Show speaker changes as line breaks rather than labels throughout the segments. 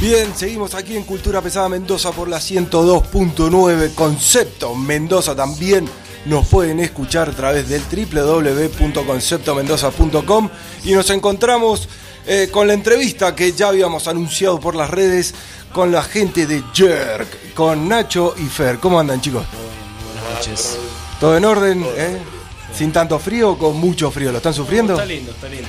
Bien, seguimos aquí en Cultura Pesada Mendoza por la 102.9 Concepto Mendoza. También nos pueden escuchar a través del www.conceptomendoza.com y nos encontramos eh, con la entrevista que ya habíamos anunciado por las redes con la gente de Jerk, con Nacho y Fer. ¿Cómo andan chicos?
Buenas noches.
¿Todo en orden? eh? ¿Sin tanto frío o con mucho frío? ¿Lo están sufriendo?
Está lindo, está lindo.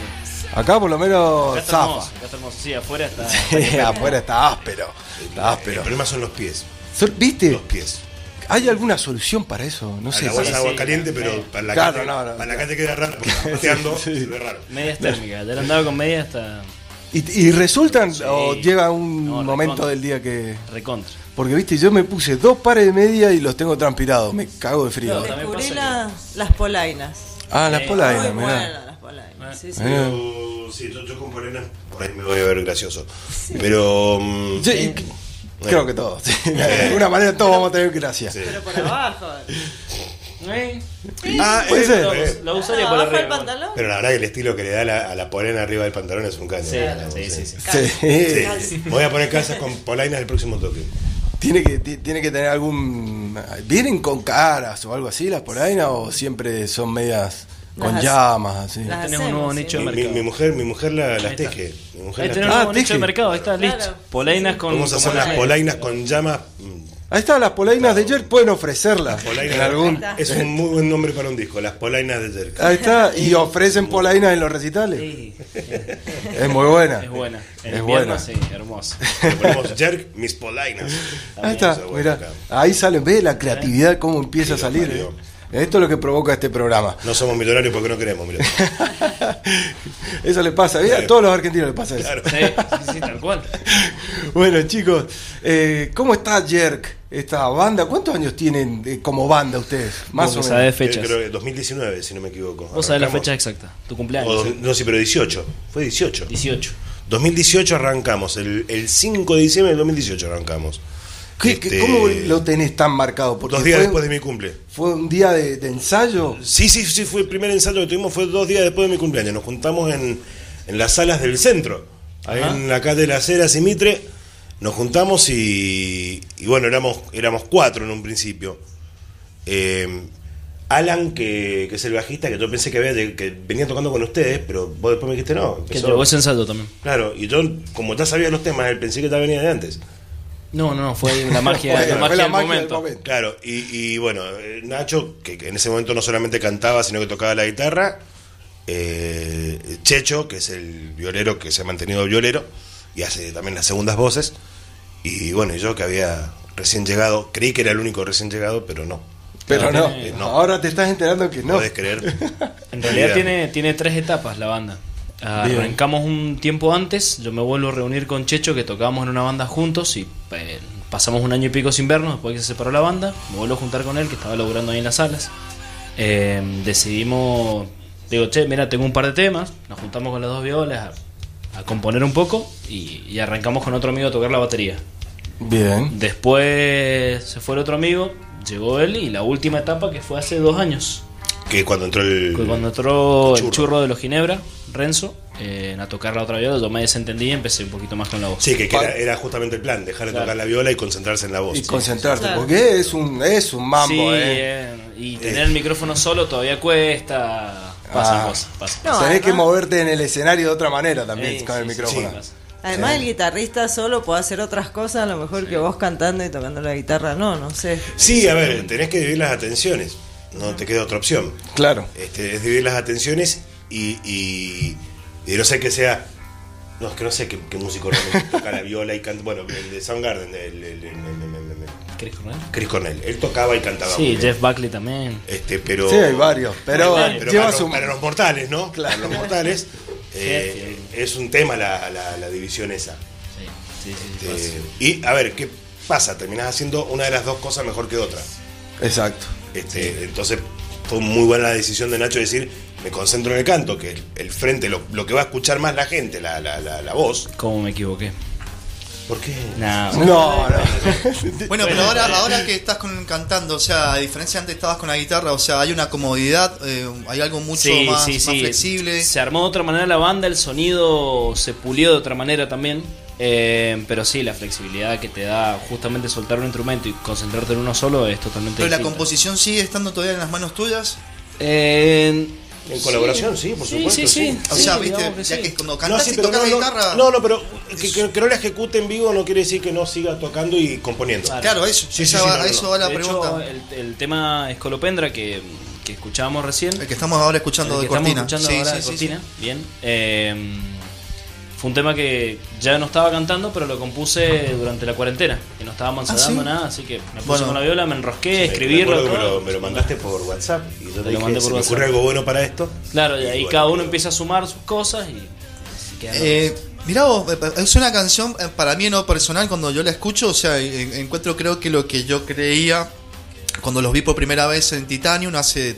Acá por lo
Acá
menos
está
zafa.
hermoso, acá está hermoso. Sí, afuera está.
Sí, afuera está áspero. Está
El
áspero.
problema son los pies.
Sol- ¿Viste?
Los pies.
¿Hay alguna solución para eso? No sé.
Ah, la bolsa de agua
sí,
caliente,
sí.
pero para la
Claro,
calle-
no, no,
para la calle queda raro, porque está pateando, se ve raro.
Medias térmicas. Te han dado con medias hasta
¿Y, y resultan o
Sí.
llega un
No,
momento
recontra.
del día que...
recontra.
Porque, viste, yo me puse dos pares de media y los tengo transpirados. Me cago de frío.
No, también
Descubrí
pasa
la- las polainas.
ah, las
Sí.
polainas,
Muy
mirá.
buenas las polainas.
Ah.
Sí, sí.
Eh. Pero, sí, yo, yo con polena, por ahí me voy a ver gracioso. Pero. mm,
Yo- y- Creo que todos. sí. De alguna manera todos vamos a tener gracia.
Sí.
Pero por abajo.
¿Eh? Ah,
Ah,
puede
eh,
ser.
pero-
Los- los
Por
usaría por
abajo el
arriba.
pantalón.
Pero la verdad que el estilo que le da la- a la polena arriba del pantalón es un caño.
Sí,
digamos,
sí, sí, sí.
Sí.
Sí. Voy a poner calzas con polainas el próximo toque.
Tiene que, ti- tiene que tener algún. ¿Vienen con caras o algo así las polainas o siempre son medias con
Las-
llamas así?
las-
Tenés un nuevo
Hacemos,
nicho
sí.
de
Mi, mi-
mercado.
mi mujer, mi mujer la- las
Ahí está.
teje. Mi mujer
Ahí
las
tenés
teje.
un
Ah,
nuevo nicho
teje.
de mercado. Ahí está,
Claro.
listo. Polainas con.
Vamos a
como
hacer las
la-
polainas con llamas. mm,
Ahí está, las polainas de Jerk pueden ofrecerlas.
polainas.
en algún-
Es un muy buen nombre para un disco, las polainas de Jerk.
Ahí está, y ofrecen polainas en los recitales.
Sí,
Es muy buena.
Es buena. En
Es
invierno,
buena.
sí, hermoso.
Le ponemos Jerk, mis polainas.
Ahí está,
Eso, bueno,
mirá.
acá.
Ahí sale, ve la creatividad, cómo empieza a
Sí,
salir.
Mario.
eh. Esto es lo que provoca este programa.
No somos millonarios porque no queremos, mirá.
Eso le pasa, mira, a todos los argentinos le pasa eso.
Claro.
Sí, sí, sí, tal cual.
Bueno, chicos, eh, ¿cómo está Jerk, esta banda? ¿Cuántos años tienen eh, como banda ustedes? Más
Vos
o
que
menos.
Yo
sabés fechas.
Creo que 2019, si no me equivoco.
Vos sabés la
Arrancamos.
fecha exacta. Tu
O
cumpleaños.
do- no, sí, pero 18. Fue 18.
18.
2018 arrancamos. El, el 5 de diciembre del 2018 arrancamos.
¿Qué- qué-
Este,
¿Cómo lo tenés tan marcado? Porque
Dos días
fue,
después de mi cumple.
fue un día de, de ensayo.
Sí, sí, sí, fue el primer ensayo que tuvimos, fue dos días después de mi cumpleaños. Nos juntamos en, en las salas del centro, ahí en la calle de las Heras y Mitre. Nos juntamos y, y bueno, éramos, éramos cuatro en un principio. Eh, Alan, que, que es el bajista, que yo pensé que, había, lleg- que venía tocando con ustedes, pero vos después me dijiste no.
Que
empezó-
entregó ese ensayo también.
Claro, y yo, como ya sabía los temas, él pensé que ya venía de antes.
No, no, no, fue ahí la magia,
Bueno,
la
fue
magia,
la
del,
magia del
momento.
momento.
Claro, y, y bueno, eh, Nacho, que, que en ese momento no solamente cantaba, sino que tocaba la guitarra, eh, Checho, que es el violero que se ha mantenido violero, y hace también las segundas voces, y bueno, y yo que había recién llegado, creí que era el único recién llegado, pero no.
Pero no,
Claro,
eh, no.
ahora te estás enterando que no.
Podés creer.
En realidad tiene, tiene tres etapas la banda. Ah,
Bien.
Arrancamos un tiempo antes, yo me vuelvo a reunir con Checho, que tocábamos en una banda juntos y eh, pasamos un año y pico sin vernos, después que se separó la banda, me vuelvo a juntar con él, que estaba laburando ahí en las salas. Eh, decidimos, digo, che, mira, tengo un par de temas, nos juntamos con las dos violas a, a componer un poco y, y arrancamos con otro amigo a tocar la batería.
Bien.
Después se fue el otro amigo, llegó él y la última etapa que fue hace dos años.
Que cuando entró el...
Cu- Pues Cuando entró el
Churro.
churro de los Ginebra, Renzo, eh, a tocar la otra viola, yo me desentendí y empecé un poquito más con la voz.
Sí, que, que era, era justamente el plan, dejar de tocar la viola y concentrarse en la voz.
Y concentrarte,
Claro.
porque es un, es un mambo,
Sí,
eh.
eh, y tener el micrófono solo todavía cuesta. Pasan
Ah.
cosas, pasan.
No,
Tenés
además-
que moverte en el escenario de otra manera también
Eh,
con
sí,
el
sí,
micrófono.
sí, pasa.
Además, el guitarrista solo puede hacer otras cosas, a lo mejor que vos cantando y tocando la guitarra. No, no sé.
Sí, a ver, tenés que dividir las atenciones, no te queda otra opción.
Claro.
Este, es dividir las atenciones y, y, y no sé que sea. No, es que no sé qué, qué músico realmente toca la viola y canta. Bueno, el de Soundgarden, el, el, el- el- el- el- el-
¿Querés correr?
Chris Cornell. Él tocaba y cantaba. muy
Sí,
bien.
Jeff Buckley también.
Este, pero,
Sí, hay varios, pero,
varios.
pero
lleva
para,
su...
los, para los mortales, ¿no? Claro. Para los mortales. eh, es un tema la, la, la división esa.
Sí, sí, sí,
Eh.
Este,
pasa.
y a ver, ¿qué pasa? Terminás haciendo una de las dos cosas mejor que otra.
Exacto.
Este, entonces fue muy buena la decisión de Nacho decir, me concentro en el canto, que el, el frente, lo, lo que va a escuchar más la gente, la, la, la, la voz.
¿Cómo me equivoqué?
¿Por qué?
Ah.
Nah,
No, no.
Bueno, pero ahora,
eh,
ahora que estás con- cantando, o sea, a diferencia antes estabas con la guitarra, o sea, hay una comodidad, eh, hay algo mucho más, más flexible.
Se armó de otra manera la banda, el sonido se pulió de otra manera también. Eh, pero sí, la flexibilidad que te da justamente soltar un instrumento y concentrarte en uno solo es totalmente
Pero la
distinto.
composición sigue estando todavía en las manos tuyas.
Eh,
En colaboración, sí, por supuesto,
Sí,
sí.
sí,
O
sí,
sea,
digamos
viste,
que
ya
sí.
que cuando cantas
sí,
y tocas la
no,
guitarra.
No, no, pero que, que- que no la ejecute en vivo no quiere decir que no siga tocando y componiendo.
Claro.
Claro, eso,
Sí,
esa
sí, sí,
va-
no,
a
no,
eso
no.
va la
de hecho,
pregunta.
el, el tema Escolopendra que, que escuchábamos recién.
el que estamos ahora escuchando
el
de
que estamos
Cortina.
escuchando
Sí,
ahora
sí,
de
sí,
Cortina, bien. Eh, fue un tema que ya no estaba cantando, pero lo compuse durante la cuarentena. Que no estábamos
Ah,
encerrando
¿sí?
nada, así que me puse
Bueno.
con la viola, me enrosqué,
Me- me
escribirlo.
acuerdo que Me,
todo.
lo, me lo mandaste por WhatsApp y yo te,
lo
dije,
mandé por
¿se me
WhatsApp.
ocurre algo bueno para esto?
Claro, y ahí
bueno,
cada uno
pero-
empieza a sumar sus cosas y se queda loco.
Eh, mirá vos, es una canción eh, para mí no personal cuando yo la escucho, o sea, en- encuentro creo que lo que yo creía cuando los vi por primera vez en Titanium hace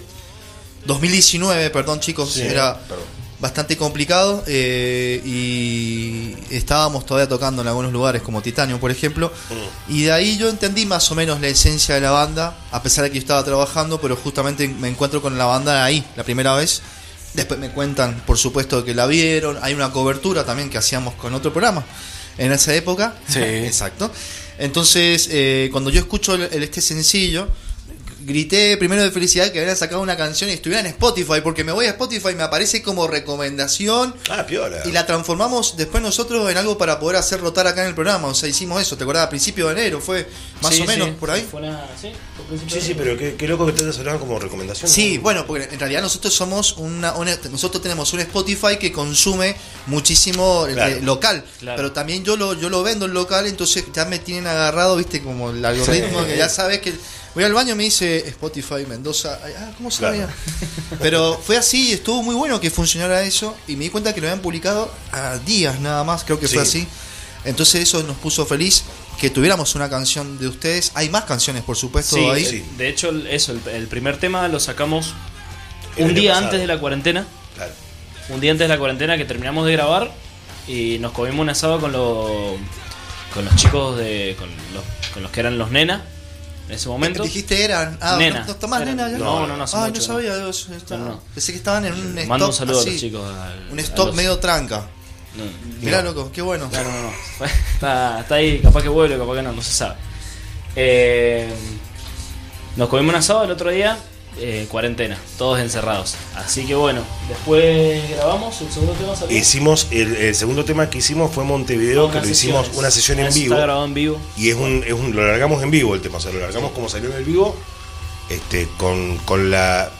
2019, perdón chicos,
Sí,
era
perdón.
bastante complicado eh, y estábamos todavía tocando en algunos lugares como Titanium por ejemplo y de ahí yo entendí más o menos la esencia de la banda, a pesar de que yo estaba trabajando, pero justamente me encuentro con la banda ahí la primera vez. Después me cuentan, por supuesto, que la vieron. Hay una cobertura también que hacíamos con otro programa en esa época.
Sí.
Exacto. Entonces, eh, cuando yo escucho el- el- este sencillo, grité primero de felicidad que habían sacado una canción y estuviera en Spotify, porque me voy a Spotify y me aparece como recomendación.
Ah, piola.
Y la transformamos después nosotros en algo para poder hacer rotar acá en el programa. O sea, hicimos eso, ¿te acordás? A principio de enero fue más
Sí,
o menos
sí,
por ahí.
fue una- sí, fue
Sí,
principio
sí,
de-
pero qué, qué loco que te haya sonado como recomendación.
Sí,
¿no?
bueno, porque en realidad nosotros somos una, una- nosotros tenemos un Spotify que consume muchísimo eh,
Claro.
local,
Claro.
pero también yo lo yo lo vendo en local, entonces ya me tienen agarrado, viste, como el algoritmo
Sí.
que ya sabes que voy al baño y me dice Spotify Mendoza, Ay, ah, ¿cómo
Claro.
sabía? Pero fue así, y estuvo muy bueno que funcionara eso y me di cuenta que lo habían publicado a días nada más, creo que fue
Sí.
así. Entonces eso nos puso feliz que tuviéramos una canción de ustedes. Hay más canciones, por supuesto,
Sí,
ahí.
eh, de hecho, el- eso, el, el primer tema lo sacamos
El
un
año
día
pasado.
antes de la cuarentena.
Claro.
un día antes de la cuarentena que terminamos de grabar y nos comimos un asado con los con los chicos de con los, con los que eran los nenas en ese momento
Dijiste eran. Ah,
Nena.
¿no, no tomás
Eran-
nena ya?
no, no, no, hace
Ah,
mucho,
no
no.
sabía. yo- yo estaba-
No, no.
Pensé que estaban en un
mando un
stop
saludo a
así,
los chicos al-
Un
a
stop
los-
medio tranca.
no,
Mirá, loco, qué bueno.
no, no, no. está, está ahí capaz que vuelve capaz que no no se sabe Eh, nos comimos un asado el otro día eh, cuarentena todos encerrados así que bueno después grabamos el segundo tema salió
Hicimos, el, el segundo tema que hicimos fue Montevideo,
Fue
que
unas
lo hicimos
sesiones.
una sesión en
Eso
vivo.
está grabado en vivo
Y es un, es un, lo largamos en vivo el tema, o sea, lo largamos como salió en el vivo, este, con, con la.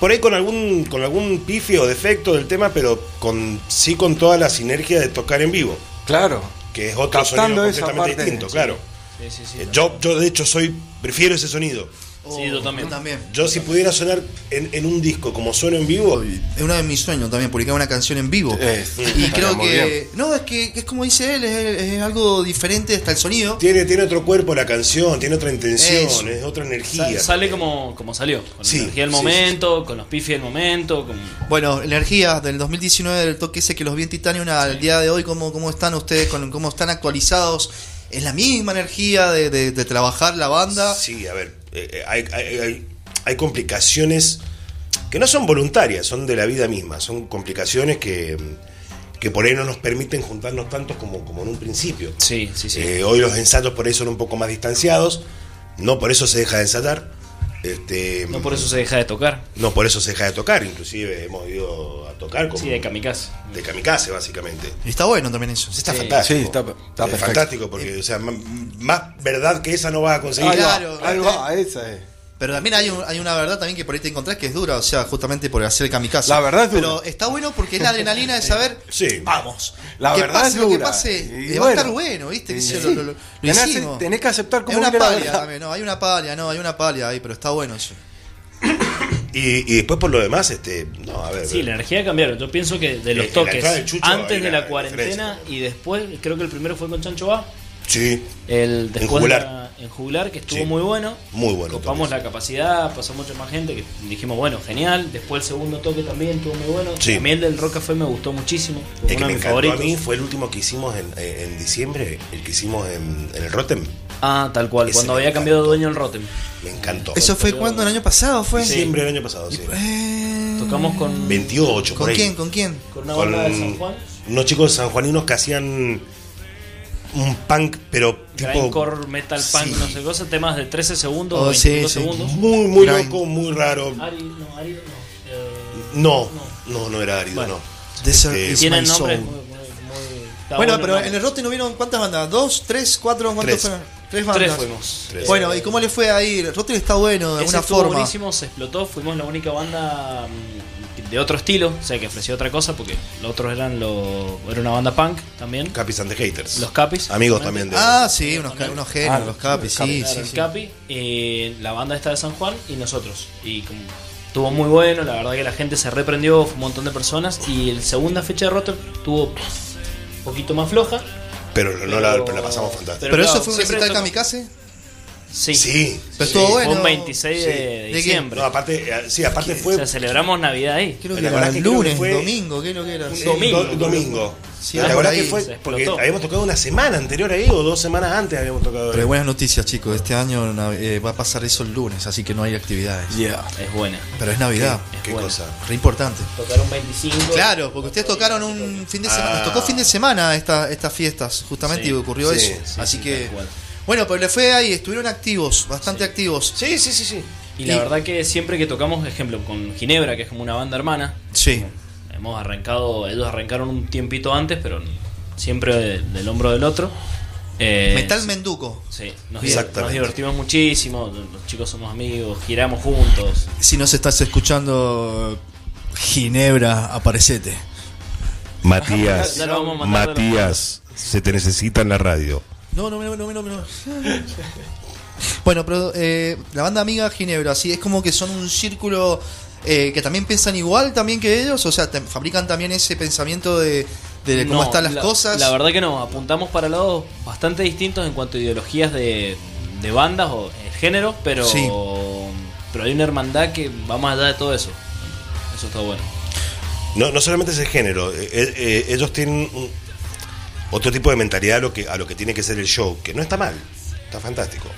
Por ahí con algún, con algún pife o defecto del tema, pero con sí con toda la sinergia de tocar en vivo,
Claro.
que es otro
Captando
sonido
esa
completamente
parte,
distinto,
sí.
claro.
sí, sí, sí,
Eh, Yo, yo de hecho soy, prefiero ese sonido.
Oh,
Sí, yo también.
Yo si pudiera sonar en, en un disco como sueno en vivo,
Es uno de mis sueños también, publicar una canción en vivo.
Eh, sí,
y
estaría
creo
muy
que. No, es que, que es como dice él, es, es algo diferente hasta el sonido.
tiene, tiene otro cuerpo la canción, tiene otra intención,
Eso.
es otra
Sa-
energía.
sale como, como salió, con
Sí,
la energía del
sí, sí,
momento, con los pifes del momento, con
Bueno, energía del 2019 del toque ese que los vi en Titanium al día de hoy, ¿cómo, cómo están ustedes? Con, ¿Cómo están actualizados? ¿Es la misma energía de, de- de trabajar la banda?
Sí, a ver, eh, eh, hay, hay- hay- hay complicaciones que no son voluntarias, son de la vida misma, son complicaciones que, que por ahí no nos permiten juntarnos tantos como, como en un principio.
Sí, sí, sí.
Eh, hoy los ensayos por ahí son un poco más distanciados, no por eso se deja de ensayar, este,
no por eso se deja de tocar.
no por eso se deja de tocar, inclusive hemos ido a tocar con,
Sí, de kamikaze.
de kamikaze básicamente.
Está bueno también eso.
Está
Sí.
fantástico.
Sí, está- está
Eh,
perfecto.
fantástico porque, o sea, m- más verdad que esa no vas a conseguir.
Ah,
Ahí va,
claro,
ahí
eh,
va, esa es.
Pero también hay, un- hay una verdad también que por ahí te encontrás que es dura, o sea, justamente por hacer el kamikaze.
La verdad es dura.
Pero está bueno porque es la adrenalina de saber,
Sí.
Ah,
vamos,
La
que
verdad
pase
es
lo que
dura.
pase,
Y
eh, va a
bueno.
estar bueno, ¿viste? Que
Sí,
sé yo,
sí.
lo, lo- lo
Tenés-
hicimos.
tenés que aceptar
Es
cómo
una
viene la
palia
verdad.
también, ¿no? Hay una palia, no, hay una palia ahí, pero está bueno eso.
Y, y después por lo demás, este, no, a ver.
Sí, la energía cambiaron. Yo pienso que de los
Eh, en la
toques
entrada del Chucho hay
antes de
una
la cuarentena y después, creo que el primero fue con Chancho Ba,
Sí,
el después de
Jugular.
la- en jugular que estuvo
Sí.
muy bueno.
Muy bueno,
Copamos
toque.
la capacidad, pasó mucha más gente que dijimos, bueno, genial. Después el segundo toque también estuvo muy bueno.
Sí.
A mí el del Rock Café me gustó muchísimo. fue
El que
uno
me
de mis
encantó
favoritos.
a mí fue el último que hicimos en, eh, en diciembre, el que hicimos en, en el Rotem.
Ah, tal cual,
Ese
cuando
me
había cambiado de
encantó.
dueño el Rotem.
Me encantó.
¿Eso fue cuando? ¿El año pasado fue?
Diciembre del año pasado, sí.
Eh,
Tocamos con,
28, por
¿Con
ahí.
quién? ¿Con quién?
con una
Con
banda de San Juan.
unos chicos sanjuaninos que hacían un punk, pero tipo.
Grindcore, metal punk,
sí.
no sé cosa, temas de 13 segundos
Oh,
o
sí,
25
sí.
segundos.
Muy, muy
Grind.
loco, muy raro.
Ari, no, Ari, no. Eh,
No, no, no era árido,
Bueno.
no.
Desert
Este,
is
Tienen
my
nombres
soul.
muy. muy- muy- está
Bueno,
el
pero
nombre.
en el Rotten no vieron cuántas bandas, dos, tres, cuatro, ¿cuántas
Tres.
fueron? Tres bandas.
Tres fuimos.
Tres.
Bueno, ¿y cómo le fue ahí? El Rotten está bueno
Ese
de alguna
estuvo
forma.
buenísimo, se explotó, fuimos la única banda mm, de otro estilo, o sea que ofreció otra cosa porque los otros eran lo, era una banda punk también,
Capis and the Haters.
los Capis.
Amigos
justamente.
también de.
Ah, sí, unos, ca- unos genios, Ah, los capis, sí,
Claro,
sí,
el
sí.
Capi, eh, la banda esta de San Juan y nosotros. Y como estuvo muy bueno, la verdad que la gente se reprendió, fue un montón de personas. Y la segunda fecha de Rotter tuvo un poquito más floja.
pero, no la, pero la pasamos fantástica.
Pero eso
claro,
fue un
siempre
recital
toca-
kamikaze.
Sí,
sí.
Pero
sí.
estuvo
Fue
bueno.
un 26 de,
Sí.
de
qué?
diciembre.
No, aparte, eh, sí, aparte
o
fue
sea, celebramos Navidad ahí.
Creo que
La
era
verdad
el
que creo que
lunes,
fue
domingo, ¿qué es lo que era?
un
Sí.
domingo.
Do-
domingo.
Sí,
la
algo
verdad
por
que
ahí.
fue
Se
porque
explotó.
habíamos tocado una semana anterior ahí o dos semanas antes habíamos tocado.
Pero buenas noticias, chicos. Este año nav- eh, va a pasar eso el lunes, así que no hay actividades.
Es buena.
Pero es Navidad,
Qué
Bueno.
cosa.
re importante.
Tocaron 25.
Claro, porque ustedes tocaron un fin de semana,
Ah.
tocó fin de semana esta- estas fiestas, justamente,
Sí,
y ocurrió
sí,
eso.
sí,
Así
sí,
que,
tal cual.
bueno, pero le fue ahí, estuvieron activos, bastante activos.
Sí, sí, sí, sí.
Y la
Y-
verdad que siempre que tocamos, ejemplo, con Ginebra, que es como una banda hermana,
Sí.
Hemos arrancado, ellos arrancaron un tiempito antes, pero siempre de- del hombro del otro. Eh,
Metal Menduco.
Sí, nos,
Bien.
nos
Exactamente.
divertimos muchísimo, los chicos somos amigos, giramos juntos.
Si nos estás escuchando, Ginebra, aparecete.
Matías,
Ya lo vamos a mandar de la-
se te necesita en la radio.
No, no, no, no, no, no. bueno, pero eh, la banda amiga Ginebra, sí, es como que son un círculo eh, que también piensan igual también que ellos, o sea, te- fabrican también ese pensamiento de, de Eh, cómo
No,
están las
la-
cosas.
La verdad que no, apuntamos para lados bastante distintos en cuanto a ideologías de, de bandas o eh, géneros, pero,
Sí.
pero hay una hermandad que va más allá de todo eso. Eso está bueno.
No, no solamente ese género, eh, eh, eh, ellos tienen un- otro tipo de mentalidad a lo, que, a lo que tiene que ser el show, que no está mal, está fantástico.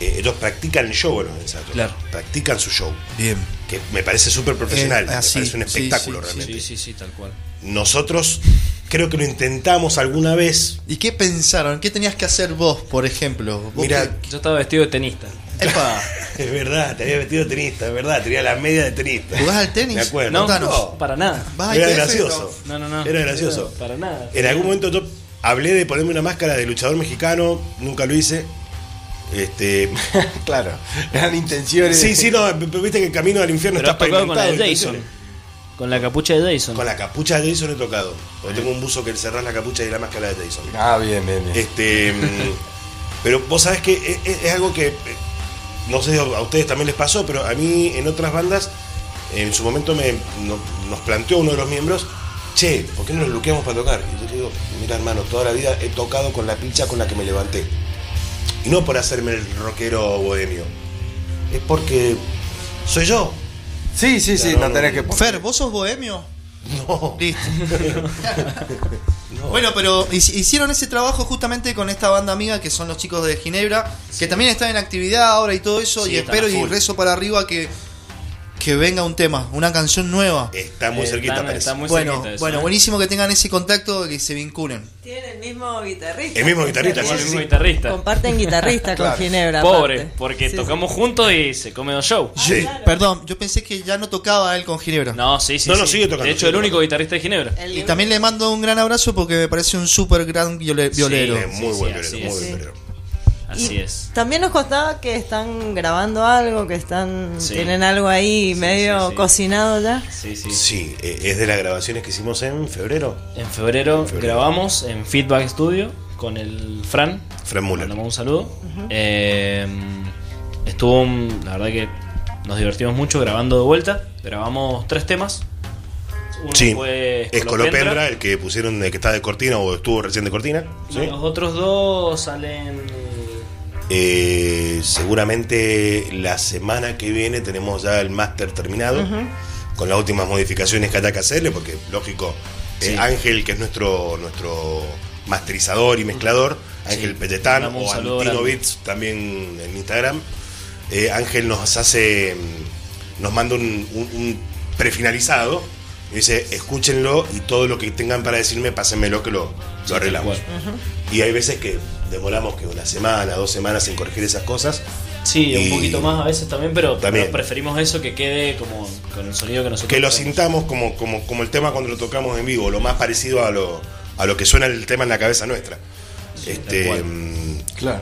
Eh, ellos practican el show en los ensayos,
Claro.
practican su show,
Bien.
que me parece súper profesional,
Eh,
me
así,
parece un
sí,
espectáculo
sí,
realmente.
Sí, sí, sí, tal cual.
Nosotros creo que lo intentamos alguna vez.
¿Y qué pensaron? ¿Qué tenías que hacer vos, por ejemplo? ¿Vos
Mira,
Yo estaba vestido de tenista.
qué- Epa,
es verdad, te había vestido de tenista, es verdad, tenía la media de tenista.
¿jugás al tenis?
Me acuerdo.
No,
Contanos.
no, para nada.
¿Vas al
Era
TF?
gracioso.
No, no, no.
Era gracioso.
Para nada.
En algún momento yo hablé de ponerme una máscara de luchador mexicano, nunca lo hice. Este,
Claro, eran intenciones.
sí, sí, no, p- p- viste que el camino al infierno
Pero has
está
tocado con la
pavimentado.
de Jason.
entonces,
Con la capucha de Jason.
Con la capucha de Jason he tocado. Porque tengo un buzo que le cerrás la capucha y la máscara de Jason.
Ah, bien, bien, bien.
Este, mm, pero vos sabés que es, es- es algo que eh, no sé si a ustedes también les pasó, pero a mí en otras bandas en su momento me, no- nos planteó uno de los miembros, che, ¿por qué no nos luqueamos para tocar? Y yo le digo, mira hermano, toda la vida he tocado con la pincha con la que me levanté. Y no por hacerme el rockero bohemio, es porque soy yo.
Sí, sí, sí,
No,
no
no,
tenés que.
Fer, ¿vos sos bohemio?
No,
Listo.
no.
Bueno, pero hic- hicieron ese trabajo justamente con esta banda amiga que son los chicos de Ginebra, que también están en actividad ahora y todo eso,
Sí,
y
están
espero
a
y
full.
rezo para arriba que, que venga un tema, una canción nueva.
está muy
Eh,
cerquita,
está-
parece.
está muy
bueno,
cerquita eso,
bueno,
¿eh?
buenísimo que tengan ese contacto, que se vinculen.
Tiene el mismo guitarrista.
El mismo guitarrista,
Igual el mismo
sí.
guitarrista.
Comparten guitarrista
Claro.
con Ginebra.
Pobre,
aparte.
porque
Sí, sí.
tocamos juntos y se come dos shows.
Sí.
Perdón, yo pensé que ya no tocaba él con Ginebra.
No, sí, sí.
No,
sí.
no, sigue tocando,
De hecho,
sigue
el único
tocando.
guitarrista de Ginebra.
El-
Y también le mando un gran abrazo porque me parece un súper gran viole- violero.
Eh, muy
Sí,
buen
sí,
violero,
así
muy
es.
buen
Sí.
violero.
Así es.
También nos contaba que están grabando algo, que están
Sí.
tienen algo ahí medio
sí, sí.
cocinado ya.
Sí, sí.
Sí, eh, es de las grabaciones que hicimos en febrero.
En febrero,
febrero.
grabamos en Feedback Studio con el Fran.
Fran Müller.
Le mandamos un saludo. Eh, estuvo, un- la verdad que nos divertimos mucho grabando de vuelta. Grabamos tres temas. Uno
Sí,
fue
es Colopendra, el que pusieron, el que está de cortina o estuvo recién de cortina.
Y
¿sí?
Los otros dos salen.
Eh, seguramente la semana que viene tenemos ya el máster terminado, con las últimas modificaciones que haya que hacerle, porque lógico, eh,
Sí.
Ángel, que es nuestro, nuestro masterizador y mezclador, Ángel
Sí,
Pelletán
mandamos
o
un saludo
Antino
grande.
Beats también en Instagram, eh, Ángel nos hace, mm, nos manda un, un- un prefinalizado Y dice, escúchenlo y todo lo que tengan para decirme, pásenmelo que lo, lo arreglamos. Y hay veces que demoramos que una semana, dos semanas en corregir esas cosas.
Sí,
Y-
un poquito más a veces también, pero, pero
También.
preferimos eso que quede como con el sonido que nosotros.
Que lo
queremos.
sintamos como, como, como el tema cuando lo tocamos en vivo, lo más parecido a lo, a lo que suena el tema en la cabeza nuestra.
tal
Este,
cual.
mm,
Claro.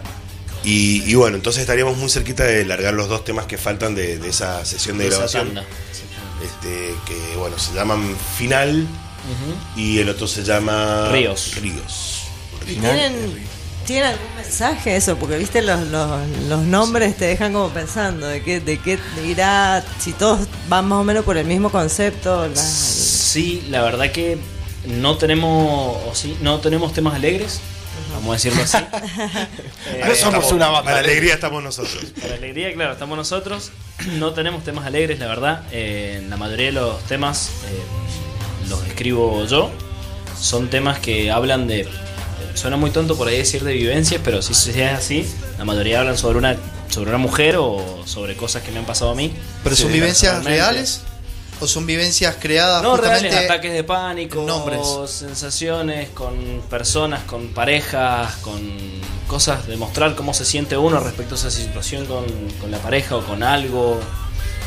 y, y bueno, entonces estaríamos muy cerquita de largar los dos temas que faltan de, de esa sesión de,
Esa
grabación.
tanda. Sí.
Este, que bueno, se llaman Final y el otro se llama
Ríos.
Ríos.
eh,
¿Tienen, ¿Tienen algún mensaje eso? Porque viste los, los, los nombres te dejan como pensando de qué, de qué irá, si todos van más o menos por el mismo concepto. la-
Sí, la verdad que no tenemos, o sí, no tenemos temas alegres, vamos a decirlo así. Eh,
No somos
Estamos-
una banda.
Para la alegría estamos nosotros.
Para alegría, claro, estamos nosotros. No tenemos temas alegres, la verdad. Eh, la mayoría de los temas eh, los escribo yo. Son temas que hablan de. Suena muy tonto por ahí decir de vivencias, pero si si es así, la mayoría hablan sobre una, sobre una mujer o sobre cosas que me han pasado a mí.
¿Pero son
Sí,
vivencias
personalmente.
reales? ¿O son vivencias creadas
No,
Ah, justamente?
reales, ataques de pánico,
nombres.
sensaciones con personas, con parejas, con cosas, demostrar cómo se siente uno respecto a esa situación con, con la pareja o con algo.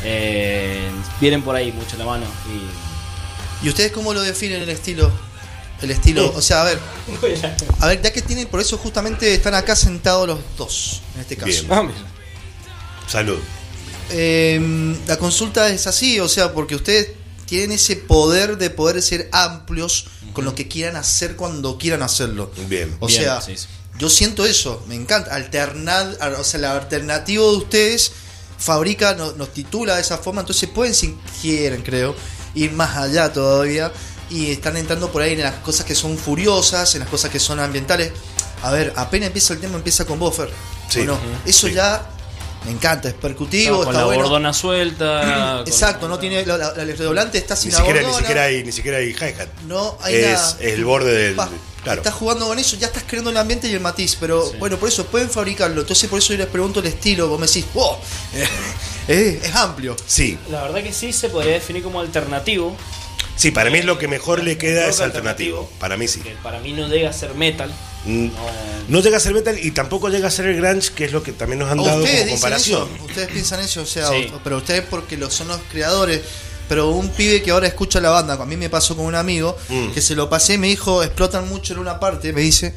Eh, vienen por ahí mucho la mano. Y...
¿Y ustedes cómo lo definen el estilo? El estilo, o sea, a ver, a ver, ya que tienen, por eso justamente están acá sentados los dos, en este caso.
Bien.
Ah, mira.
Salud.
Eh, la consulta es así, o sea, porque ustedes tienen ese poder de poder ser amplios con lo que quieran hacer cuando quieran hacerlo.
Bien.
O
Bien,
sea,
sí, sí.
yo siento eso, me encanta. Alternar, al- o sea, la alternativa de ustedes fabrica, no- nos, titula de esa forma, entonces pueden, si quieren, creo, ir más allá todavía y están entrando por ahí en las cosas que son furiosas, en las cosas que son ambientales. A ver, apenas empieza el tema, empieza con Buffer.
Sí,
¿o no?
ujú,
Eso
sí.
ya me encanta, es percutivo,
con
está
la
bueno.
bordona suelta. con-
Exacto, no tiene la, la- la- el redoblante está
Ni
sin la
siquiera, ni
bordona.
siquiera hay, ni siquiera hay hi-hat.
No hay
Es,
nada.
es el borde del.
Pa,
claro.
Estás jugando con eso, ya estás creando el ambiente y el matiz, pero
Sí.
bueno, por eso pueden fabricarlo. Entonces, por eso yo les pregunto el estilo. Vos me decís, wow, eh, es amplio.
Sí,
La verdad que sí se podría definir como alternativo,
sí, para mí es lo que mejor le queda
Rock
es alternativo.
alternativo.
Para mí sí.
que para mí no llega a ser metal.
Mm,
No,
No llega a ser metal y tampoco llega a ser el grunge, que es lo que también nos han dado
Oh, ustedes
como
dicen
comparación.
eso, ustedes piensan eso, o sea,
Sí.
o- pero ustedes porque lo son los creadores. Pero un pibe que ahora escucha la banda, a mí me pasó con un amigo
Mm.
que se lo pasé, me dijo, explotan mucho en una parte, me dice,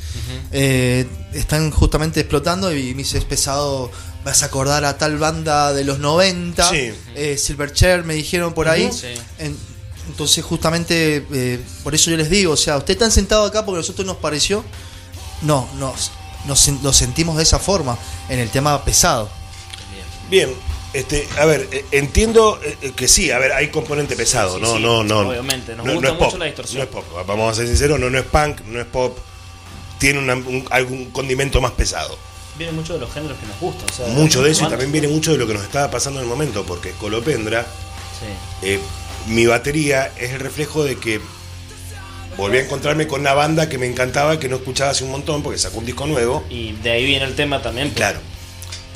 "Eh, están justamente explotando y me dice, es pesado, vas a acordar a tal banda de los 90,
Sí.
eh, Silverchair, me dijeron por ahí.
Sí.
En- entonces justamente eh, por eso yo les digo, o sea, ustedes están sentados acá porque a nosotros nos pareció no, nos, nos, sen- nos sentimos de esa forma en el tema pesado.
Bien, este, a ver, eh, entiendo eh, eh, que sí, a ver, hay componente pesado,
sí,
no,
sí,
no, no.
obviamente, nos
no,
gusta
no es pop,
mucho la distorsión.
No es pop, vamos a ser sinceros, no, no es punk, no es pop, tiene una- un- algún condimento más pesado.
Viene mucho de los géneros que nos gustan. o sea,
Mucho de eso y
bandas.
también viene mucho de lo que nos estaba pasando en el momento, porque Colopendra,
Sí.
eh, mi batería es el reflejo de que volví a encontrarme con una banda que me encantaba, que no escuchaba hace un montón, porque sacó un disco nuevo.
Y de ahí viene el tema también. pues. porque
Claro.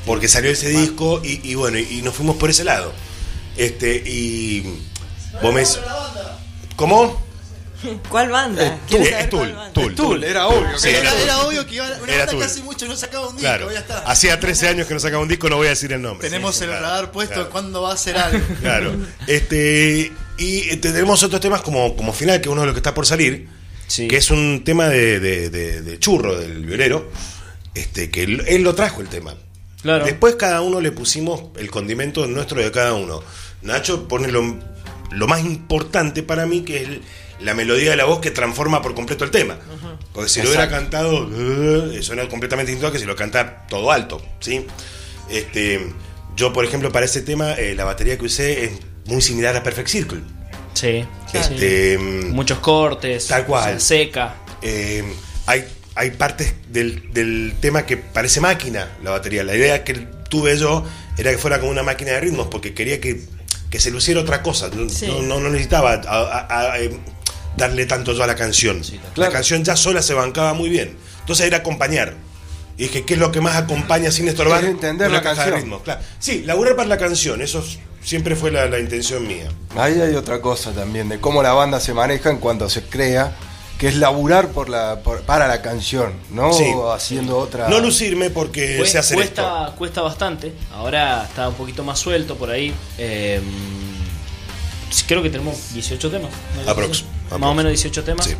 Porque salió ese disco y, y bueno, y, y nos fuimos por ese lado. Este, y. Vos me- ¿Cómo?
¿Cuál banda?
Tool,
Quiero saber
es
cuál
Tool,
banda.
Tool.
Tool, era obvio.
Sí,
que-
era-
obvio que iba a una
Era
banda
Tool.
que hace mucho no sacaba un disco,
Claro.
ya está.
Hacía 13 años que no sacaba un disco, no voy a decir el nombre.
Tenemos
Sí,
el
claro,
radar puesto
claro,
cuando va a hacer algo.
Claro. Este, y tenemos otros temas como, como final, que uno de los que está por salir,
Sí.
que es un tema de, de- de- de churro, del violero, este, que él, él lo trajo el tema.
Claro.
Después Pues cada uno le pusimos el condimento nuestro de cada uno. Nacho pone lo, lo más importante para mí, que es el- la melodía de la voz que transforma por completo el tema. Porque si lo hubiera cantado, eh, suena completamente distinto a que si lo canta todo alto, ¿sí? Este, yo, por ejemplo, para ese tema, eh, la batería que usé es muy similar a Perfect Circle.
Sí.
Este,
Sí. Muchos cortes.
Tal cual.
o sea, seca.
Eh, hay, hay partes del, del tema que parece máquina la batería. La idea que tuve yo era que fuera como una máquina de ritmos, porque quería que, que se luciera otra cosa. No,
Sí.
no- no- no necesitaba a- a- a, eh, darle tanto yo a la canción.
Claro.
La canción ya sola se bancaba muy bien. Entonces era acompañar. Y dije, ¿qué es lo que más acompaña sin estorbar?
Es entender
Una
la
caja de
canción.
ritmos, claro. Sí, laburar para la canción, eso es siempre fue la, la intención mía.
Ahí hay otra cosa también de cómo la banda se maneja en cuanto se crea, que es laburar por la, por- para la canción, ¿no?
Sí.
Haciendo otra.
No lucirme porque
Cues-
sé hacer
cuesta, cuesta bastante. Ahora está un poquito más suelto por ahí. Eh, creo que tenemos 18 temas. ¿no?
Aprox,
Más
aprox.
o menos 18 temas.
Sí.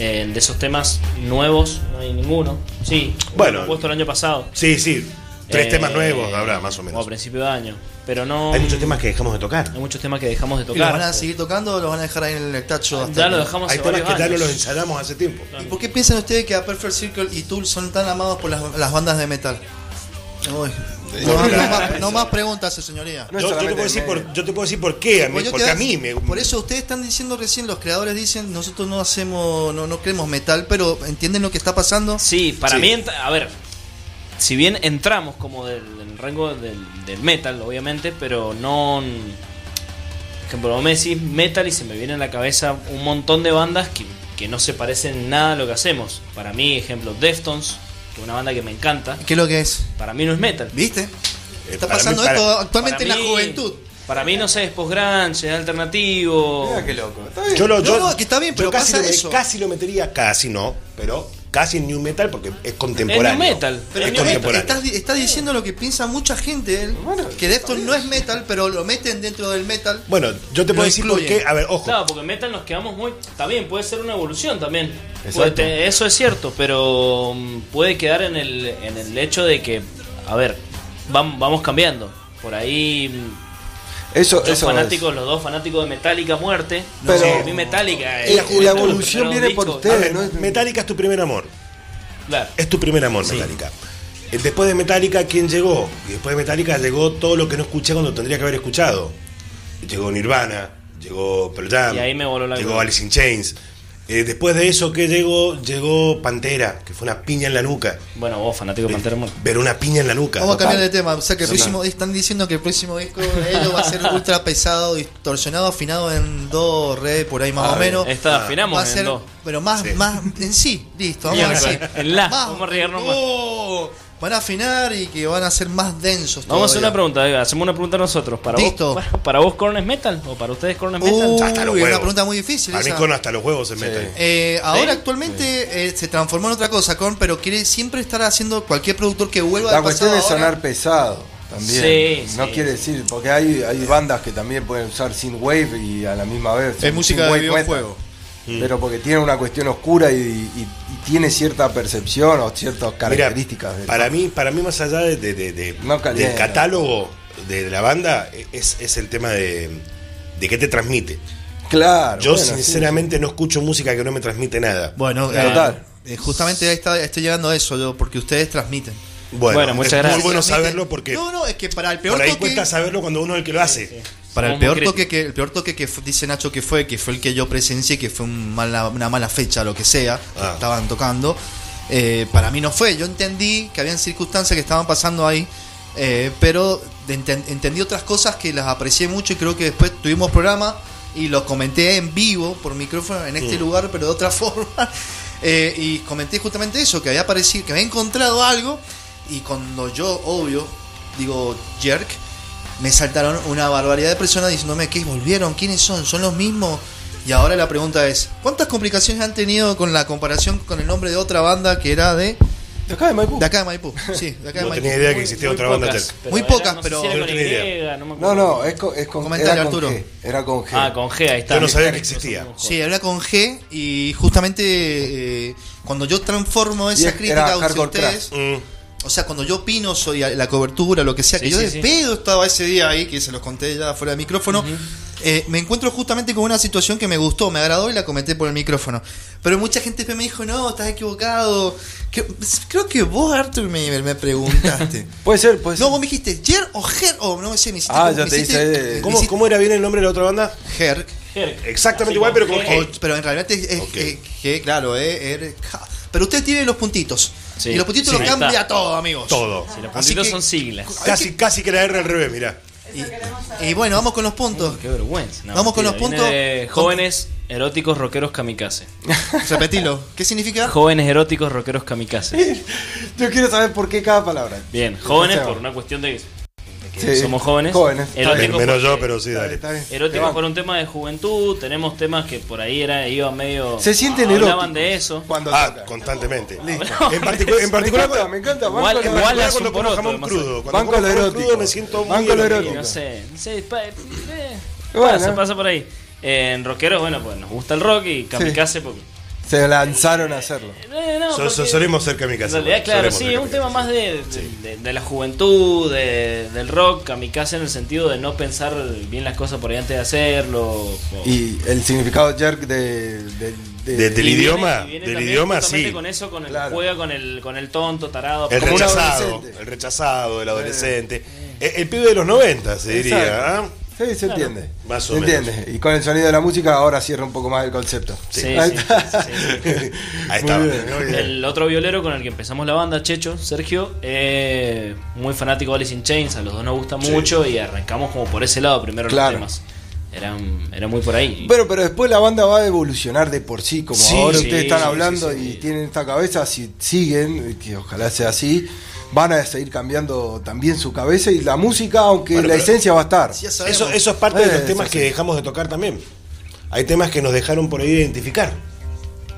Eh, de esos temas nuevos no hay ninguno. Sí,
Bueno.
bueno, puesto el año pasado.
esto. Sí, sí. Tres
Eh,
temas nuevos habrá, más o menos.
a principio de año. Pero no.
Hay muchos temas que dejamos de tocar.
hay muchos temas que dejamos de
¿Y los van
tocar.
a seguir tocando o los van a dejar ahí en el tacho? hasta
Ya lo
que-
dejamos
Hay
hace
temas que
varios
ya no
años.
los ensayamos hace tiempo.
¿Y por qué piensan ustedes que a Perfect Circle y Tool son tan amados por las, las bandas de metal? Uy, No,
Porque
no
la-
más, no más preguntas, señoría.
No es
yo, yo te
solamente
puedo decir
el
por,
medio.
yo te puedo decir por qué, a mí,
Pues yo
porque
te-
a mí me
Por eso ustedes están diciendo recién, los creadores dicen, nosotros no hacemos, no, no creemos metal, pero entienden lo que está pasando.
Sí, para
Sí.
mí, ent- a ver, si bien entramos como del, del rango del, del metal, obviamente, pero no... Por ejemplo, vos me decís metal y se me viene a la cabeza un montón de bandas que, que no se parecen nada a lo que hacemos. Para mí, ejemplo, Deftones, que es una banda que me encanta,
¿Qué es lo que es?
para mí no es metal.
¿Viste? Está
Eh, para mí-
pasando
para-
esto actualmente en
Para
la
mí-
juventud.
Para mí, no sé, es post-grunge, es alternativo.
Mira qué loco. Está bien.
Yo lo,
No,
yo,
no, que está bien,
yo
pero
casi
pasa
lo,
eso.
casi lo metería, casi no, pero casi en new metal porque es contemporáneo.
Es new metal, pero
es
new metal.
contemporáneo.
este Estás, di- estás diciendo lo que piensa mucha gente, él,
Bueno,
que de esto no es metal, pero lo meten dentro del metal.
Bueno, yo te
Lo
puedo decir por
incluyen.
qué. A ver, ojo.
Claro, porque metal nos quedamos muy. También puede ser una evolución también.
Exacto.
Puede te- eso es cierto, pero mm, puede quedar en el, en el hecho de que, a ver, vam- vamos cambiando. Por ahí, mm,
Eso,
dos
eso
fanáticos, los dos fanáticos de Metallica a muerte.
Pero-
Sí, a mí Metallica.
Eh, la
juventud,
evolución
los primeros
viene por
discos,
A
ustedes.
ver,
no es-
Metallica es tu primer amor.
Ah, Claro.
Es tu primer amor, Metallica. Eh, Después de Metallica, ¿quién llegó? Y después de Metallica llegó todo lo que no escuché cuando tendría que haber escuchado. Llegó Nirvana, llegó Pearl Jam,
Y ahí me voló la
llegó
cabeza.
Alice in Chains. Eh, después de eso, ¿qué llegó? Llegó Pantera, que fue una piña en la nuca.
Bueno, vos, fanático de Pantera muerte.
Pero una piña en la nuca.
Vamos a cambiar de
total.
tema. O sea que el próximo, están diciendo que el próximo disco de ellos va a ser ultra pesado, distorsionado, afinado en do, re, por ahí más
Ah,
o menos.
Esta,
va a
afinamos en
ser,
dos.
pero más,
Sí.
más en sí, listo, vamos
Bien,
a decir.
en la, vamos a arriesgarnos más.
Oh, van a afinar y que van a ser más densos.
Vamos a hacer una
todavía.
pregunta, eh, hacemos una pregunta nosotros. ¿Para
Listo.
vos, para, para vos Korn es metal? ¿O para ustedes Korn es metal?
Uh.
Uy,
Hasta los
es una
huevos.
pregunta muy difícil.
A mí
esa.
con hasta los huevos se meten.
Eh, ahora actualmente eh, se transformó en otra cosa, Con, pero quiere siempre estar haciendo cualquier productor que vuelva
La
al
cuestión
pasado
es
ahora.
sonar pesado también.
Sí,
no
sí,
quiere decir, porque hay, hay bandas que también pueden usar synthwave y a la misma vez. son
música de
synthwave metal.
videojuego.
Mm.
Pero porque tiene una cuestión oscura y, y- y tiene cierta percepción o ciertas
Mira,
características. del-
para mí, para mí más allá de, de- de- de-
No
del
calienta.
catálogo de la banda e- es, es el tema de, de qué te transmite.
claro.
Yo
bueno, sí.
sinceramente no escucho música que no me transmite nada.
Bueno,
Claro.
eh,
Total.
eh, justamente ahí está, estoy llegando a eso, yo, porque ustedes transmiten.
Bueno,
Bueno, muchas
es
gracias.
muy bueno
Transmiten.
saberlo porque
No, no, es que para el peor
por ahí
toque-
cuesta saberlo cuando uno es el que lo hace.
Para el
Somos muy
peor toque
críticos.
que el peor toque que fu- dice Nacho que fue, que fue el que yo presencié, que fue un mala- una mala fecha, lo que sea, que
Ah.
estaban tocando. eh, para mí no fue. Yo entendí que habían circunstancias que estaban pasando ahí, eh, pero de- enten- entendí otras cosas que las aprecié mucho y creo que después tuvimos programa y lo comenté en vivo por micrófono en este lugar, pero de otra forma. Eh, y comenté justamente eso, que había aparecido, que había encontrado algo y cuando yo, obvio, digo jerk, me saltaron una barbaridad de personas diciéndome que volvieron, quiénes son, son los mismos. Y ahora la pregunta es, ¿cuántas complicaciones han tenido con la comparación con el nombre de otra banda que era de,
De acá de Maipú.
de acá de Maipú? Sí, de acá de
No tenía
Maipú.
idea que existía otra banda
pocas,
terca.
pero
Muy
era-
pocas,
no sé
pero-
si era
Yo
con
no tenía
Y, no me
No,
acuerdo.
no, es, co- es con,
Comentale,
era con
Arturo.
G. Era con G.
Ah, con G, ahí está.
Yo no sabía que existía.
Sí, era con G y justamente eh, cuando yo transformo
Y
esa
era
crítica hacia
hardcore
ustedes,
Mm.
o sea, cuando yo opino soy la cobertura, lo que sea, que
Sí,
yo
sí,
de
sí.
pedo estaba ese día ahí, que se los conté ya fuera del micrófono, eh, me encuentro justamente con una situación que me gustó, me agradó y la comenté por el micrófono. Pero mucha gente después me dijo, no, estás equivocado. Que- creo que vos, Arthur, me, me preguntaste.
Puede ser, puede ser.
no, vos me dijiste, Jer o Ger, o no sé, me hiciste...
Ah,
como-
ya
me
te
hiciste-
hice-
me
¿Cómo,
hiciste
cómo era bien el nombre de la otra banda?
Jerk,
Jerk.
Exactamente
Así
igual, pero con
G.
G.
o- pero en realidad es, es-
Ok.
eh, G, claro, eh, er, ja. Pero usted tiene los puntitos.
Sí.
y los puntitos
Sí.
los
Ahí está.
cambia todo, amigos.
Todo.
Si los
Así
puntitos
que-
son siglas.
Casi, casi que la R al revés, mirá.
Y, y bueno, vamos con los puntos.
Qué vergüenza. No,
Vamos con los
mentira,
puntos.
viene de jóvenes eróticos rockeros kamikaze.
Repetilo. ¿Qué significa?
Jóvenes eróticos rockeros kamikaze.
Yo quiero saber por qué cada palabra.
Bien, jóvenes
Empecemos.
por una cuestión de de que que
Sí,
somos jóvenes.
jóvenes.
Men-
Erótico
Menos
porque-
yo, pero sí,
Está bien,
dale.
está bien. Te
Erótico
banco.
por un tema de juventud, tenemos temas que por ahí era, iba medio. Ah,
Se sienten
Hablaban
eróticos.
de eso.
Cuando
Ah,
tocan.
constantemente.
Listo.
En, particu- en
Me
particular,
encanta, me encanta. Banco
Igual-
la-
igual-
particular
es un
cuando pongo
poroto,
jamón
además.
crudo. Cuando
Banco
como
lo
jamón
erótico.
crudo me siento muy
Banco lo
erótico.
erótico.
No sé, no sé, pa- eh,
Bueno.
pasa, pasa por ahí. Eh, en rockeros, bueno, pues nos gusta el rock y kamikaze porque.
Se lanzaron a hacerlo.
Eh, no,
So-
porque-
so- solemos ser kamikaze.
En realidad, claro,
Solemos
sí,
ser
es un tema
kamikaze.
más de, de- de- de la juventud, de- del rock, kamikaze en el sentido de no pensar bien las cosas por ahí antes de hacerlo. o-
Y el significado jerk de, de- de-
De- de- Del
Y viene-
idioma,
y viene
del
también
idioma,
justamente
sí.
Con eso, con el
Claro.
juega, con el, con el tonto, tarado.
El
Como un
rechazado,
adolescente.
el rechazado,
Eh.
el adolescente. El, el pibe de los 90, se diría. ¿ah?
Exacto. Sí, se entiende.
Más o
se
menos.
entiende. Y con el sonido de la música ahora cierra un poco más el concepto.
Sí,
Ahí
sí,
está.
sí, sí,
Ahí está.
Muy bien, muy
El otro violero con el que empezamos la banda, Checho, Sergio, eh, muy fanático de Alice in Chains, a los dos nos gusta mucho y arrancamos como por ese lado primero
Claro.
los temas. Eran, era muy por ahí.
Pero, pero después la banda va a evolucionar de por sí, como
Sí,
ahora
sí,
ustedes están
sí,
hablando
sí, sí.
y tienen esta cabeza, si siguen, que ojalá sea así, van a seguir cambiando también su cabeza y la música, aunque
Bueno,
la
pero-
esencia va a estar.
Ya sabemos.
Eso, eso es parte de
Eh,
los temas
sí,
que
sí.
dejamos de tocar también. Hay temas que nos dejaron por ahí identificar.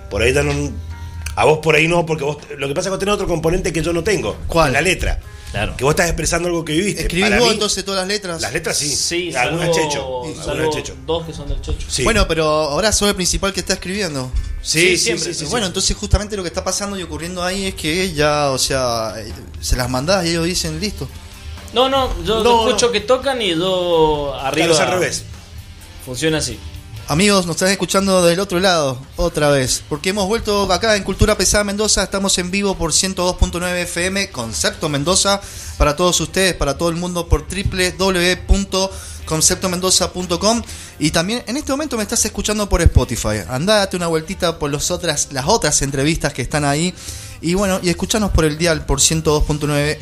Por ahí dan un- A vos por ahí no, porque vos. Lo que pasa es que vos tenés otro componente que yo no tengo.
¿Cuál?
La letra.
Claro.
Que vos estás expresando algo que viviste.
¿Escribís
Para
vos
mí,
entonces todas las letras?
Las letras sí.
sí,
algunas
salvo-
checho.
salvo
Algunas checho.
dos que son del Checho.
Sí.
Bueno, pero ahora sos el principal que está escribiendo.
sí, sí,
sí, siempre.
sí, sí, sí.
bueno, entonces justamente lo que está pasando y ocurriendo ahí es que ya, o sea, eh, se las mandás y ellos dicen, listo.
No, no, yo
No,
escucho
no.
que tocan y yo arriba.
Claro, es al revés.
Funciona así.
Amigos, nos están escuchando del otro lado, otra vez, porque hemos vuelto acá en Cultura Pesada Mendoza, estamos en vivo por 102.9 FM, Concepto Mendoza, para todos ustedes, para todo el mundo, por www.conceptomendoza.com y también en este momento me estás escuchando por Spotify, andá, date una vueltita por los otras, las otras entrevistas que están ahí y bueno, y escuchanos por el dial por 102.9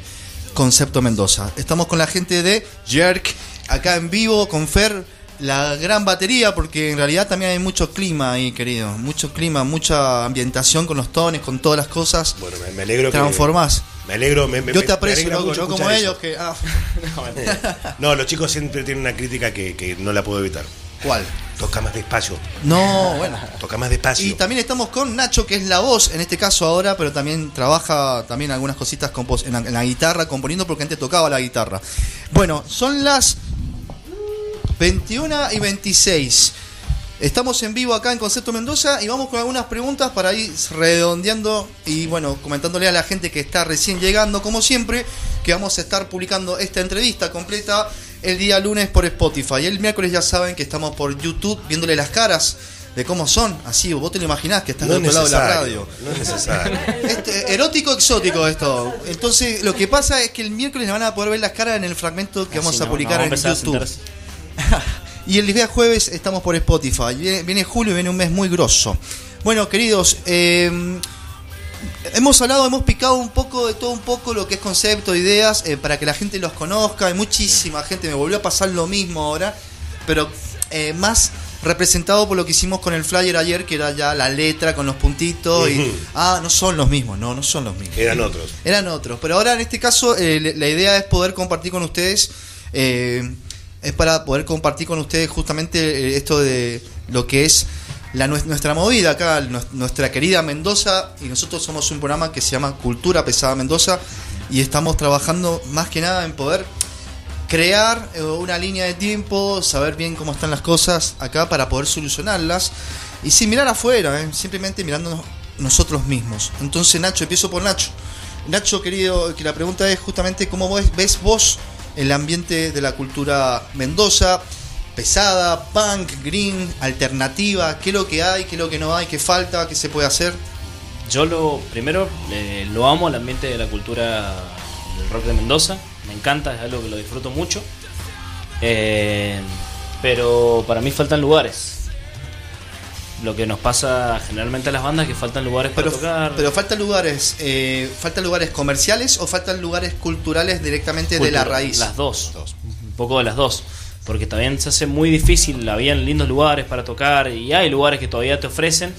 Concepto Mendoza. Estamos con la gente de Jerk, acá en vivo, con Fer, la gran batería, porque en realidad también hay mucho clima ahí, querido. Mucho clima, mucha ambientación con los tones, con todas las cosas.
Bueno, me, me alegro
Transformás.
que. Me alegro, me, me-
Yo
me-
te
me
aprecio,
alegra
loco,
mucho
yo como
escuchar eso.
ellos que... Ah,
No, los chicos siempre tienen una crítica que, que no la puedo evitar.
¿Cuál?
Toca más despacio.
No, bueno.
Toca más despacio.
Y también estamos con Nacho, que es la voz en este caso ahora, pero también trabaja también algunas cositas compos- en la, en la guitarra, componiendo porque antes tocaba la guitarra. Bueno, son las 21 y 26. Estamos en vivo acá en Concepto Mendoza y vamos con algunas preguntas para ir redondeando y bueno, comentándole a la gente que está recién llegando, como siempre, que vamos a estar publicando esta entrevista completa el día lunes por Spotify. El miércoles ya saben que estamos por YouTube viéndole las caras de cómo son, así, vos te lo imaginás que estás
no
del
es
otro lado de la
necesario.
radio.
No es necesario.
Este, erótico exótico esto. Entonces, lo que pasa es que el miércoles le van a poder ver las caras en el fragmento que vamos
Así,
a
Ah, ¿no?
publicar
Vamos a
en
empezar a
YouTube.
sentarse.
Y el día jueves estamos por Spotify. Viene, viene julio y viene un mes muy grosso. Bueno, queridos, eh, hemos hablado, hemos picado un poco de todo un poco lo que es concepto, ideas, eh, para que la gente los conozca. Hay muchísima gente, me volvió a pasar lo mismo ahora, pero eh, más representado por lo que hicimos con el flyer ayer, que era ya la letra con los puntitos
Ujú.
y... Ah, no son los mismos, no, no son los mismos.
Eran otros.
Eran otros, pero ahora en este caso eh, le- la idea es poder compartir con ustedes, eh, es para poder compartir con ustedes justamente eh, esto de lo que es la, nue- nuestra movida acá, nues- nuestra querida Mendoza, y nosotros somos un programa que se llama Cultura Pesada Mendoza, y estamos trabajando más que nada en poder crear eh, una línea de tiempo, saber bien cómo están las cosas acá para poder solucionarlas y sin mirar afuera, eh, simplemente mirándonos nosotros mismos. Entonces, Nacho, empiezo por Nacho. Nacho, querido, que la pregunta es justamente cómo vos- ves vos el ambiente de la cultura mendoza, pesada, punk, green, alternativa, qué es lo que hay, qué es lo que no hay, qué falta, qué se puede hacer.
Yo lo primero eh, lo amo el ambiente de la cultura del rock de Mendoza, me encanta, es algo que lo disfruto mucho. Eh, pero para mí faltan lugares. Lo que nos pasa generalmente a las bandas es que faltan lugares para
Pero,
tocar.
pero faltan lugares, eh, faltan lugares comerciales o faltan lugares culturales directamente de la
Cultura,
raíz.
Las dos, Un poco de las dos. Porque también se hace muy difícil, había lindos lugares para tocar y hay lugares que todavía te ofrecen,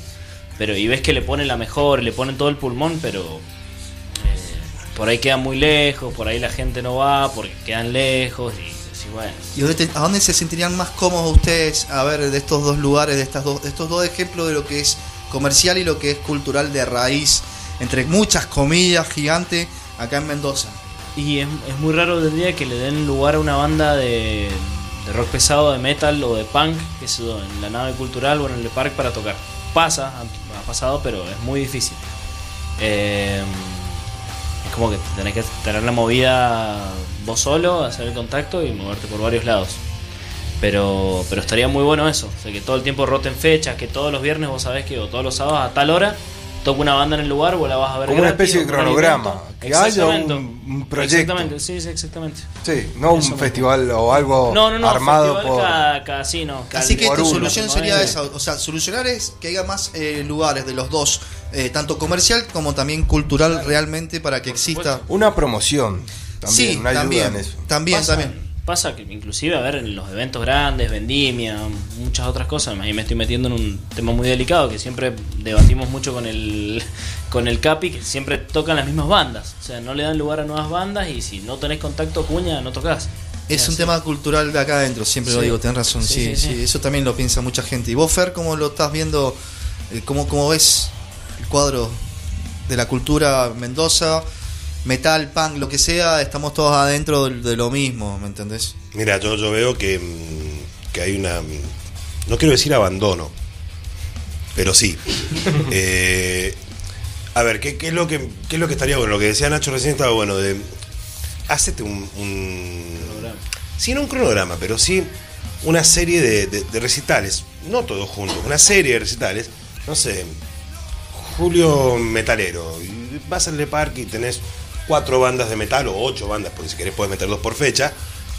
pero y ves que le ponen la mejor, le ponen todo el pulmón, pero eh, por ahí quedan muy lejos, por ahí la gente no va, porque quedan lejos y, decís, bueno.
¿Y dónde te- a dónde se sentirían más cómodos ustedes a ver de estos dos lugares, de estas dos, de estos dos ejemplos de lo que es comercial y lo que es cultural de raíz, entre muchas comillas gigantes, acá en Mendoza?
Y es, es muy raro hoy en día que le den lugar a una banda de, de rock pesado, de metal o de punk, que se en la nave cultural o en el park para tocar. Pasa, ha, ha pasado, pero es muy difícil. Eh, es como que tenés que tener la movida vos solo, hacer el contacto y moverte por varios lados. Pero, pero estaría muy bueno eso, o sea, que todo el tiempo roten fechas, que todos los viernes vos sabés que o todos los sábados a tal hora toca una banda en el lugar, vos la vas a ver
Como una
gratis,
especie de
o por algún
cronograma,
evento.
que haya un-
Exactamente.
un proyecto.
Exactamente, sí, sí, exactamente.
Sí, no un
Eso me-
festival o algo
No, no, no,
armado
festival
por.
cada, cada- sí, no, cada-
Así que
por
tu
uno,
solución
¿no?
sería
Sí.
esa, o sea, solucionar es que haya más eh, lugares de los dos, eh, tanto comercial como también cultural realmente para que exista.
Una promoción también,
sí,
una ayuda
también,
en eso.
también,
pasa,
también.
Pasa que inclusive, a ver, en los eventos grandes, vendimia, muchas otras cosas, ahí me estoy metiendo en un tema muy delicado que siempre debatimos mucho con el con el Capi, que siempre tocan las mismas bandas, o sea, no le dan lugar a nuevas bandas y si no tenés contacto cuña, no tocas.
Es un tema cultural de acá adentro, siempre lo
Sí.
digo, tenés razón, sí
Sí,
sí,
sí, sí.
eso también lo piensa mucha gente. ¿Y vos, Fer, cómo lo estás viendo? Eh, ¿Cómo, cómo ves el cuadro de la cultura Mendoza? Metal, punk, lo que sea, estamos todos adentro del- de, lo mismo, ¿me entendés?
Mira, yo, yo veo que, mm, que hay una. mm, No quiero decir abandono, pero sí. Eh, a ver, ¿qué, qué es lo que, qué es lo que estaría bueno? Lo que decía Nacho recién estaba bueno de. Hacete un. un- sí, no un cronograma, pero sí una serie de, de- de recitales. No todos juntos, una serie de recitales. No sé. Julio Metalero. Y vas al Le Parque y tenés cuatro bandas de metal o ocho bandas, porque si querés podés meter dos por fecha.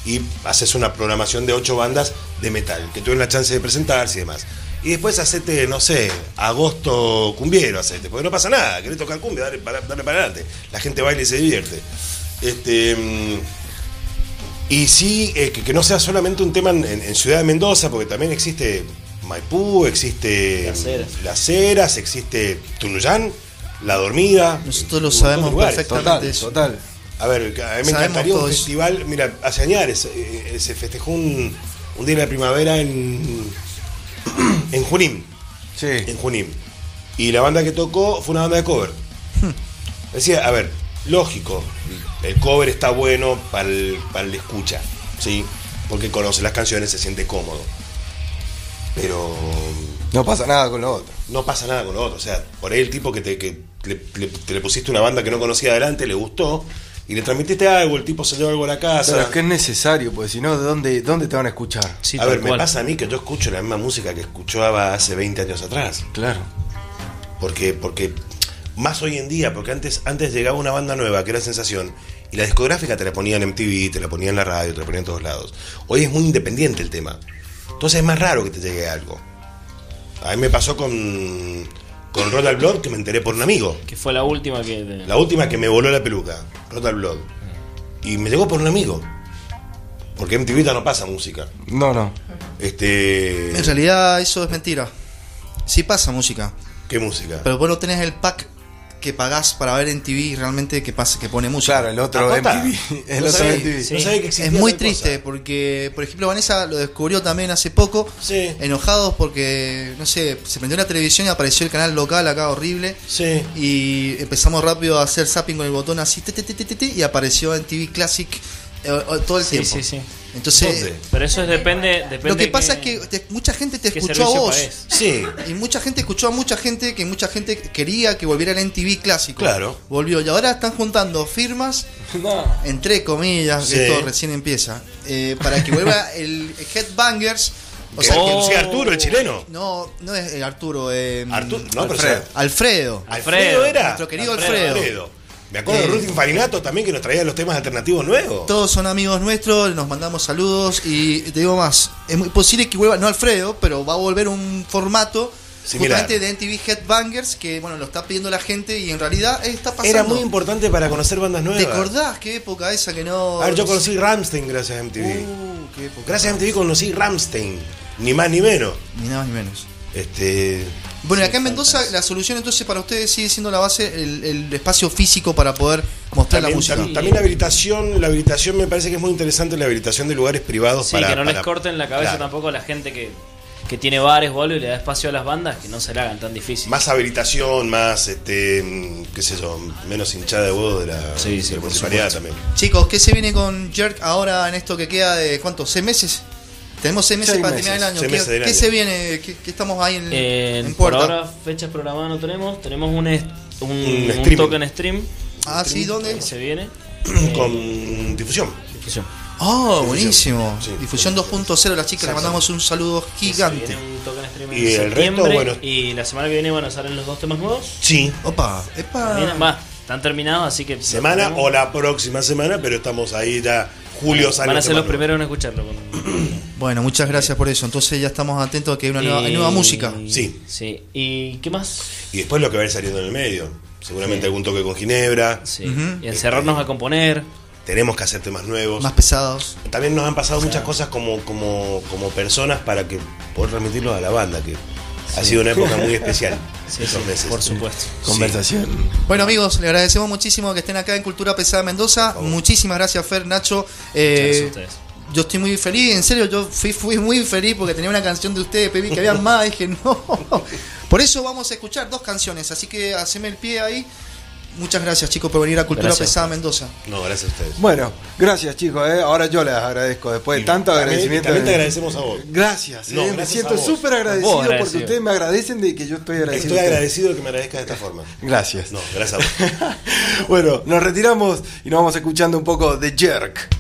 Y haces una programación de ocho bandas de metal, que tuvieron la chance de presentarse y demás. Y después hacete, no sé, agosto cumbiero, hacete, porque no pasa nada, querés tocar cumbia, dale para, dale para adelante. La gente baila y se divierte. Este. mm, y sí, eh, que, que no sea solamente un tema en, en- en Ciudad de Mendoza, porque también existe Maipú, existe
Las Heras.
Las Heras, existe Tunuyán, La Dormida.
Nosotros lo
un montón de
sabemos
lugares.
perfectamente.
Total,
eso.
total.
A ver, que a mí me
Sabemos
encantaría
todo
un
eso.
festival. Mira, hace años eh, eh, se festejó un, un día de la primavera en, en Junín en
Sí.
Junín. Y la banda que tocó fue una banda de cover. Decía, a ver, lógico, el cover está bueno para el, para el escucha, ¿sí? Porque conoce las canciones, se siente cómodo. Pero
No pasa nada con lo otro.
no pasa nada con lo otro. O sea, por ahí el tipo que, te, que le, le- te le pusiste una banda que no conocía adelante, le gustó, y le transmitiste algo, el tipo se llevó algo a la casa.
Pero es que es necesario, porque si no, ¿de dónde, dónde te van a escuchar?
Sí,
a
tal
ver, me
cual.
pasa a mí que yo escucho la misma música que escuchaba hace 20 años atrás.
Claro.
Porque, porque más hoy en día, porque antes, antes llegaba una banda nueva, que era Sensación, y la discográfica te la ponía en MTV, te la ponía en la radio, te la ponía en todos lados. Hoy es muy independiente el tema. Entonces es más raro que te llegue algo. A mí me pasó con, con Royal Blood, que me enteré por un amigo.
Que fue la última que
La última que me voló la peluca, Royal Blood. Y me llegó por un amigo. Porque en MTV ya no pasa música.
No, no.
Este.
En realidad eso es mentira. Sí pasa música,
¿Qué música?
pero vos no tenés el pack que pagás para ver en TV realmente que pasa, que pone música.
Claro, el otro
Acota.
MTV. El
No
otro
sabía-
MTV.
no sabía que
es
existía
muy
tal
triste
cosa.
porque, por ejemplo, Vanessa lo descubrió también hace poco.
Sí.
Enojados porque, no sé, se prendió la televisión y apareció el canal local acá horrible.
Sí.
Y empezamos rápido a hacer zapping con el botón así, te, te, te, te, te, te, y apareció en TV Classic eh, eh, todo el
Sí,
tiempo.
sí, sí.
Entonces,
¿Dónde?
Pero eso es depende, depende
lo que
de
pasa
qué-
es que te- mucha gente te
qué
escuchó a
servicio
vos.
pagues.
Sí.
Y mucha gente escuchó a mucha gente que mucha gente quería que volviera al NTV clásico.
Claro.
Volvió. Y ahora están juntando firmas, entre comillas,
Sí.
esto recién empieza, eh, para que vuelva el Headbangers. O sea,
que
que,
Oh.
sí, Arturo, el chileno.
no, no es el Arturo, eh,
Arturo, no, pero
Alfredo.
sea,
Alfredo.
Alfredo era.
Nuestro querido Alfredo.
Me acuerdo de
Sí.
Ruth Infarinato también que nos traía los temas alternativos nuevos.
Todos son amigos nuestros, nos mandamos saludos y te digo más, es muy posible que vuelva, no Alfredo, pero va a volver un formato
Similar.
justamente de NTV Headbangers que bueno lo está pidiendo la gente y en realidad está pasando.
Era muy importante para conocer bandas nuevas.
¿Te acordás qué época esa que no.?
A ver, yo
no
conocí Ramstein gracias a
sé-
MTV.
Uh, qué época.
Gracias a MTV conocí Ramstein. Ni más ni menos.
Ni nada más ni menos.
Este,
Bueno, y acá en Mendoza la solución entonces para ustedes sigue siendo la base, el, el espacio físico para poder mostrar la
también,
música.
tam- también la habilitación, la habilitación me parece que es muy interesante la habilitación de lugares privados
Sí,
para
que no les
para-
corten la cabeza
claro.
tampoco a la gente que, que tiene bares o algo y le da espacio a las bandas, que no se la hagan tan difícil.
Más habilitación, más, este, mm, qué sé yo, menos hinchada de huevos de la,
Sí, sí,
de la
por
municipalidad
supuesto.
también.
Chicos, ¿qué se viene con Jerk ahora en esto que queda de cuántos? ¿Seis meses? Tenemos seis meses
Seis
para
meses,
terminar el año.
seis
¿Qué,
meses del
qué
año.
se viene? ¿Qué, qué estamos ahí en,
Eh,
en
por
puerta?
ahora fechas programadas no tenemos, tenemos un, est- un, un
streaming.
toque en stream
ah, sí, ¿dónde?
que se viene.
Con difusión.
Difusión.
Oh, buenísimo.
Sí.
Difusión 2.0, las chicas, le mandamos un saludo
Se
gigante.
viene un toque en stream en
Y el resto,
septiembre,
bueno.
Y la semana que viene, bueno, salen los dos temas nuevos.
Sí.
Opa,
Vienen,
epa.
va, están terminados, así que.
Semana
los
o
tenemos.
la próxima semana, pero estamos ahí ya. Julio sale
Van a
el
ser los
tema nuevo.
primeros en escucharlo. con-
Bueno, muchas gracias por eso. Entonces ya estamos atentos a que hay una nueva, hay
Y-
nueva música.
Sí.
Sí. ¿Y qué más?
Y después lo que va a ir saliendo en el medio. Seguramente
Sí.
algún toque con Ginebra.
Sí. Y encerrarnos a componer.
Tenemos que hacer temas nuevos.
Más pesados.
También nos han pasado muchas cosas como, como, como personas para que poder transmitirlos a la banda, que ha sido una época muy especial.
Sí,
esos
sí,
meses.
por supuesto.
Conversación.
Bueno amigos, le agradecemos muchísimo que estén acá en Cultura Pesada Mendoza. Muchísimas gracias Fer, Nacho. Eh,
Muchas gracias a ustedes.
yo estoy muy feliz, en serio, yo fui, fui muy feliz porque tenía una canción de ustedes, pedí que habían más, dije no. Por eso vamos a escuchar dos canciones, así que haceme el pie ahí. Muchas gracias chicos por venir a Cultura
Gracias.
Pesada Mendoza.
No, gracias a ustedes.
Bueno, gracias chicos, eh. ahora yo les agradezco después de tanto
También-
agradecimiento.
También te agradecemos a vos.
Gracias, eh,
No,
me
gracias a
siento
vos.
súper
Vos
agradecido porque
agradecido.
ustedes me agradecen de que yo estoy agradecido.
Estoy
a ustedes.
agradecido de que me agradezcas de esta forma.
Gracias.
No, gracias a vos.
bueno, nos retiramos y nos vamos escuchando un poco de Jerk.